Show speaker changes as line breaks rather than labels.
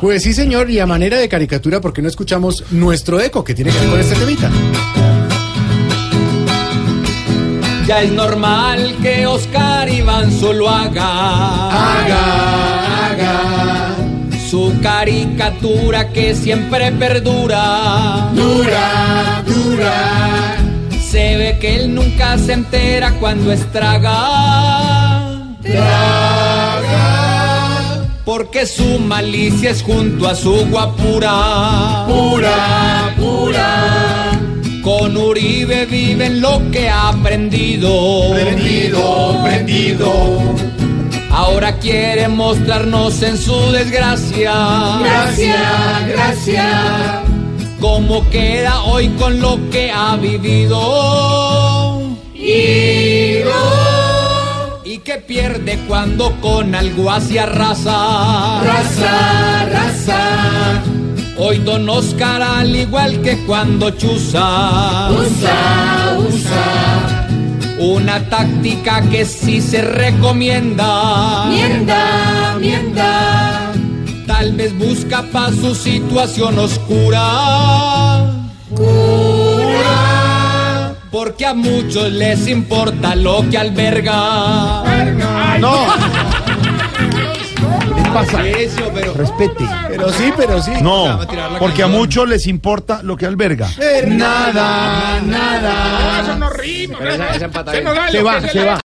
Pues sí, señor, y a manera de caricatura, ¿por qué no escuchamos nuestro eco que tiene que ver con este temita?
Ya es normal que Oscar Iván solo haga
Haga, haga,
su caricatura que siempre perdura.
dura, dura.
Se ve que él nunca se entera cuando estraga. Porque su malicia es junto a su guapura.
Pura, pura.
Con Uribe viven lo que ha aprendido.
Prendido, prendido.
Ahora quiere mostrarnos en su desgracia.
Gracias, gracias.
Cómo queda hoy con lo que ha vivido. Y que pierde cuando con algo así arrasa.
Raza, raza.
Hoy Don Oscar al igual que cuando chuza
Usa, usa.
Una táctica que sí se recomienda
Mienda, mienda.
Tal vez busca pa' su situación oscura Cura Porque a muchos les importa lo que alberga
No,
Eso, pero...
respete. Pero sí, pero sí.
No, porque a muchos les importa lo que alberga.
Nada, nada.
Eso no rima. Se nos da
Se
lo
va,
que
se
le-
va.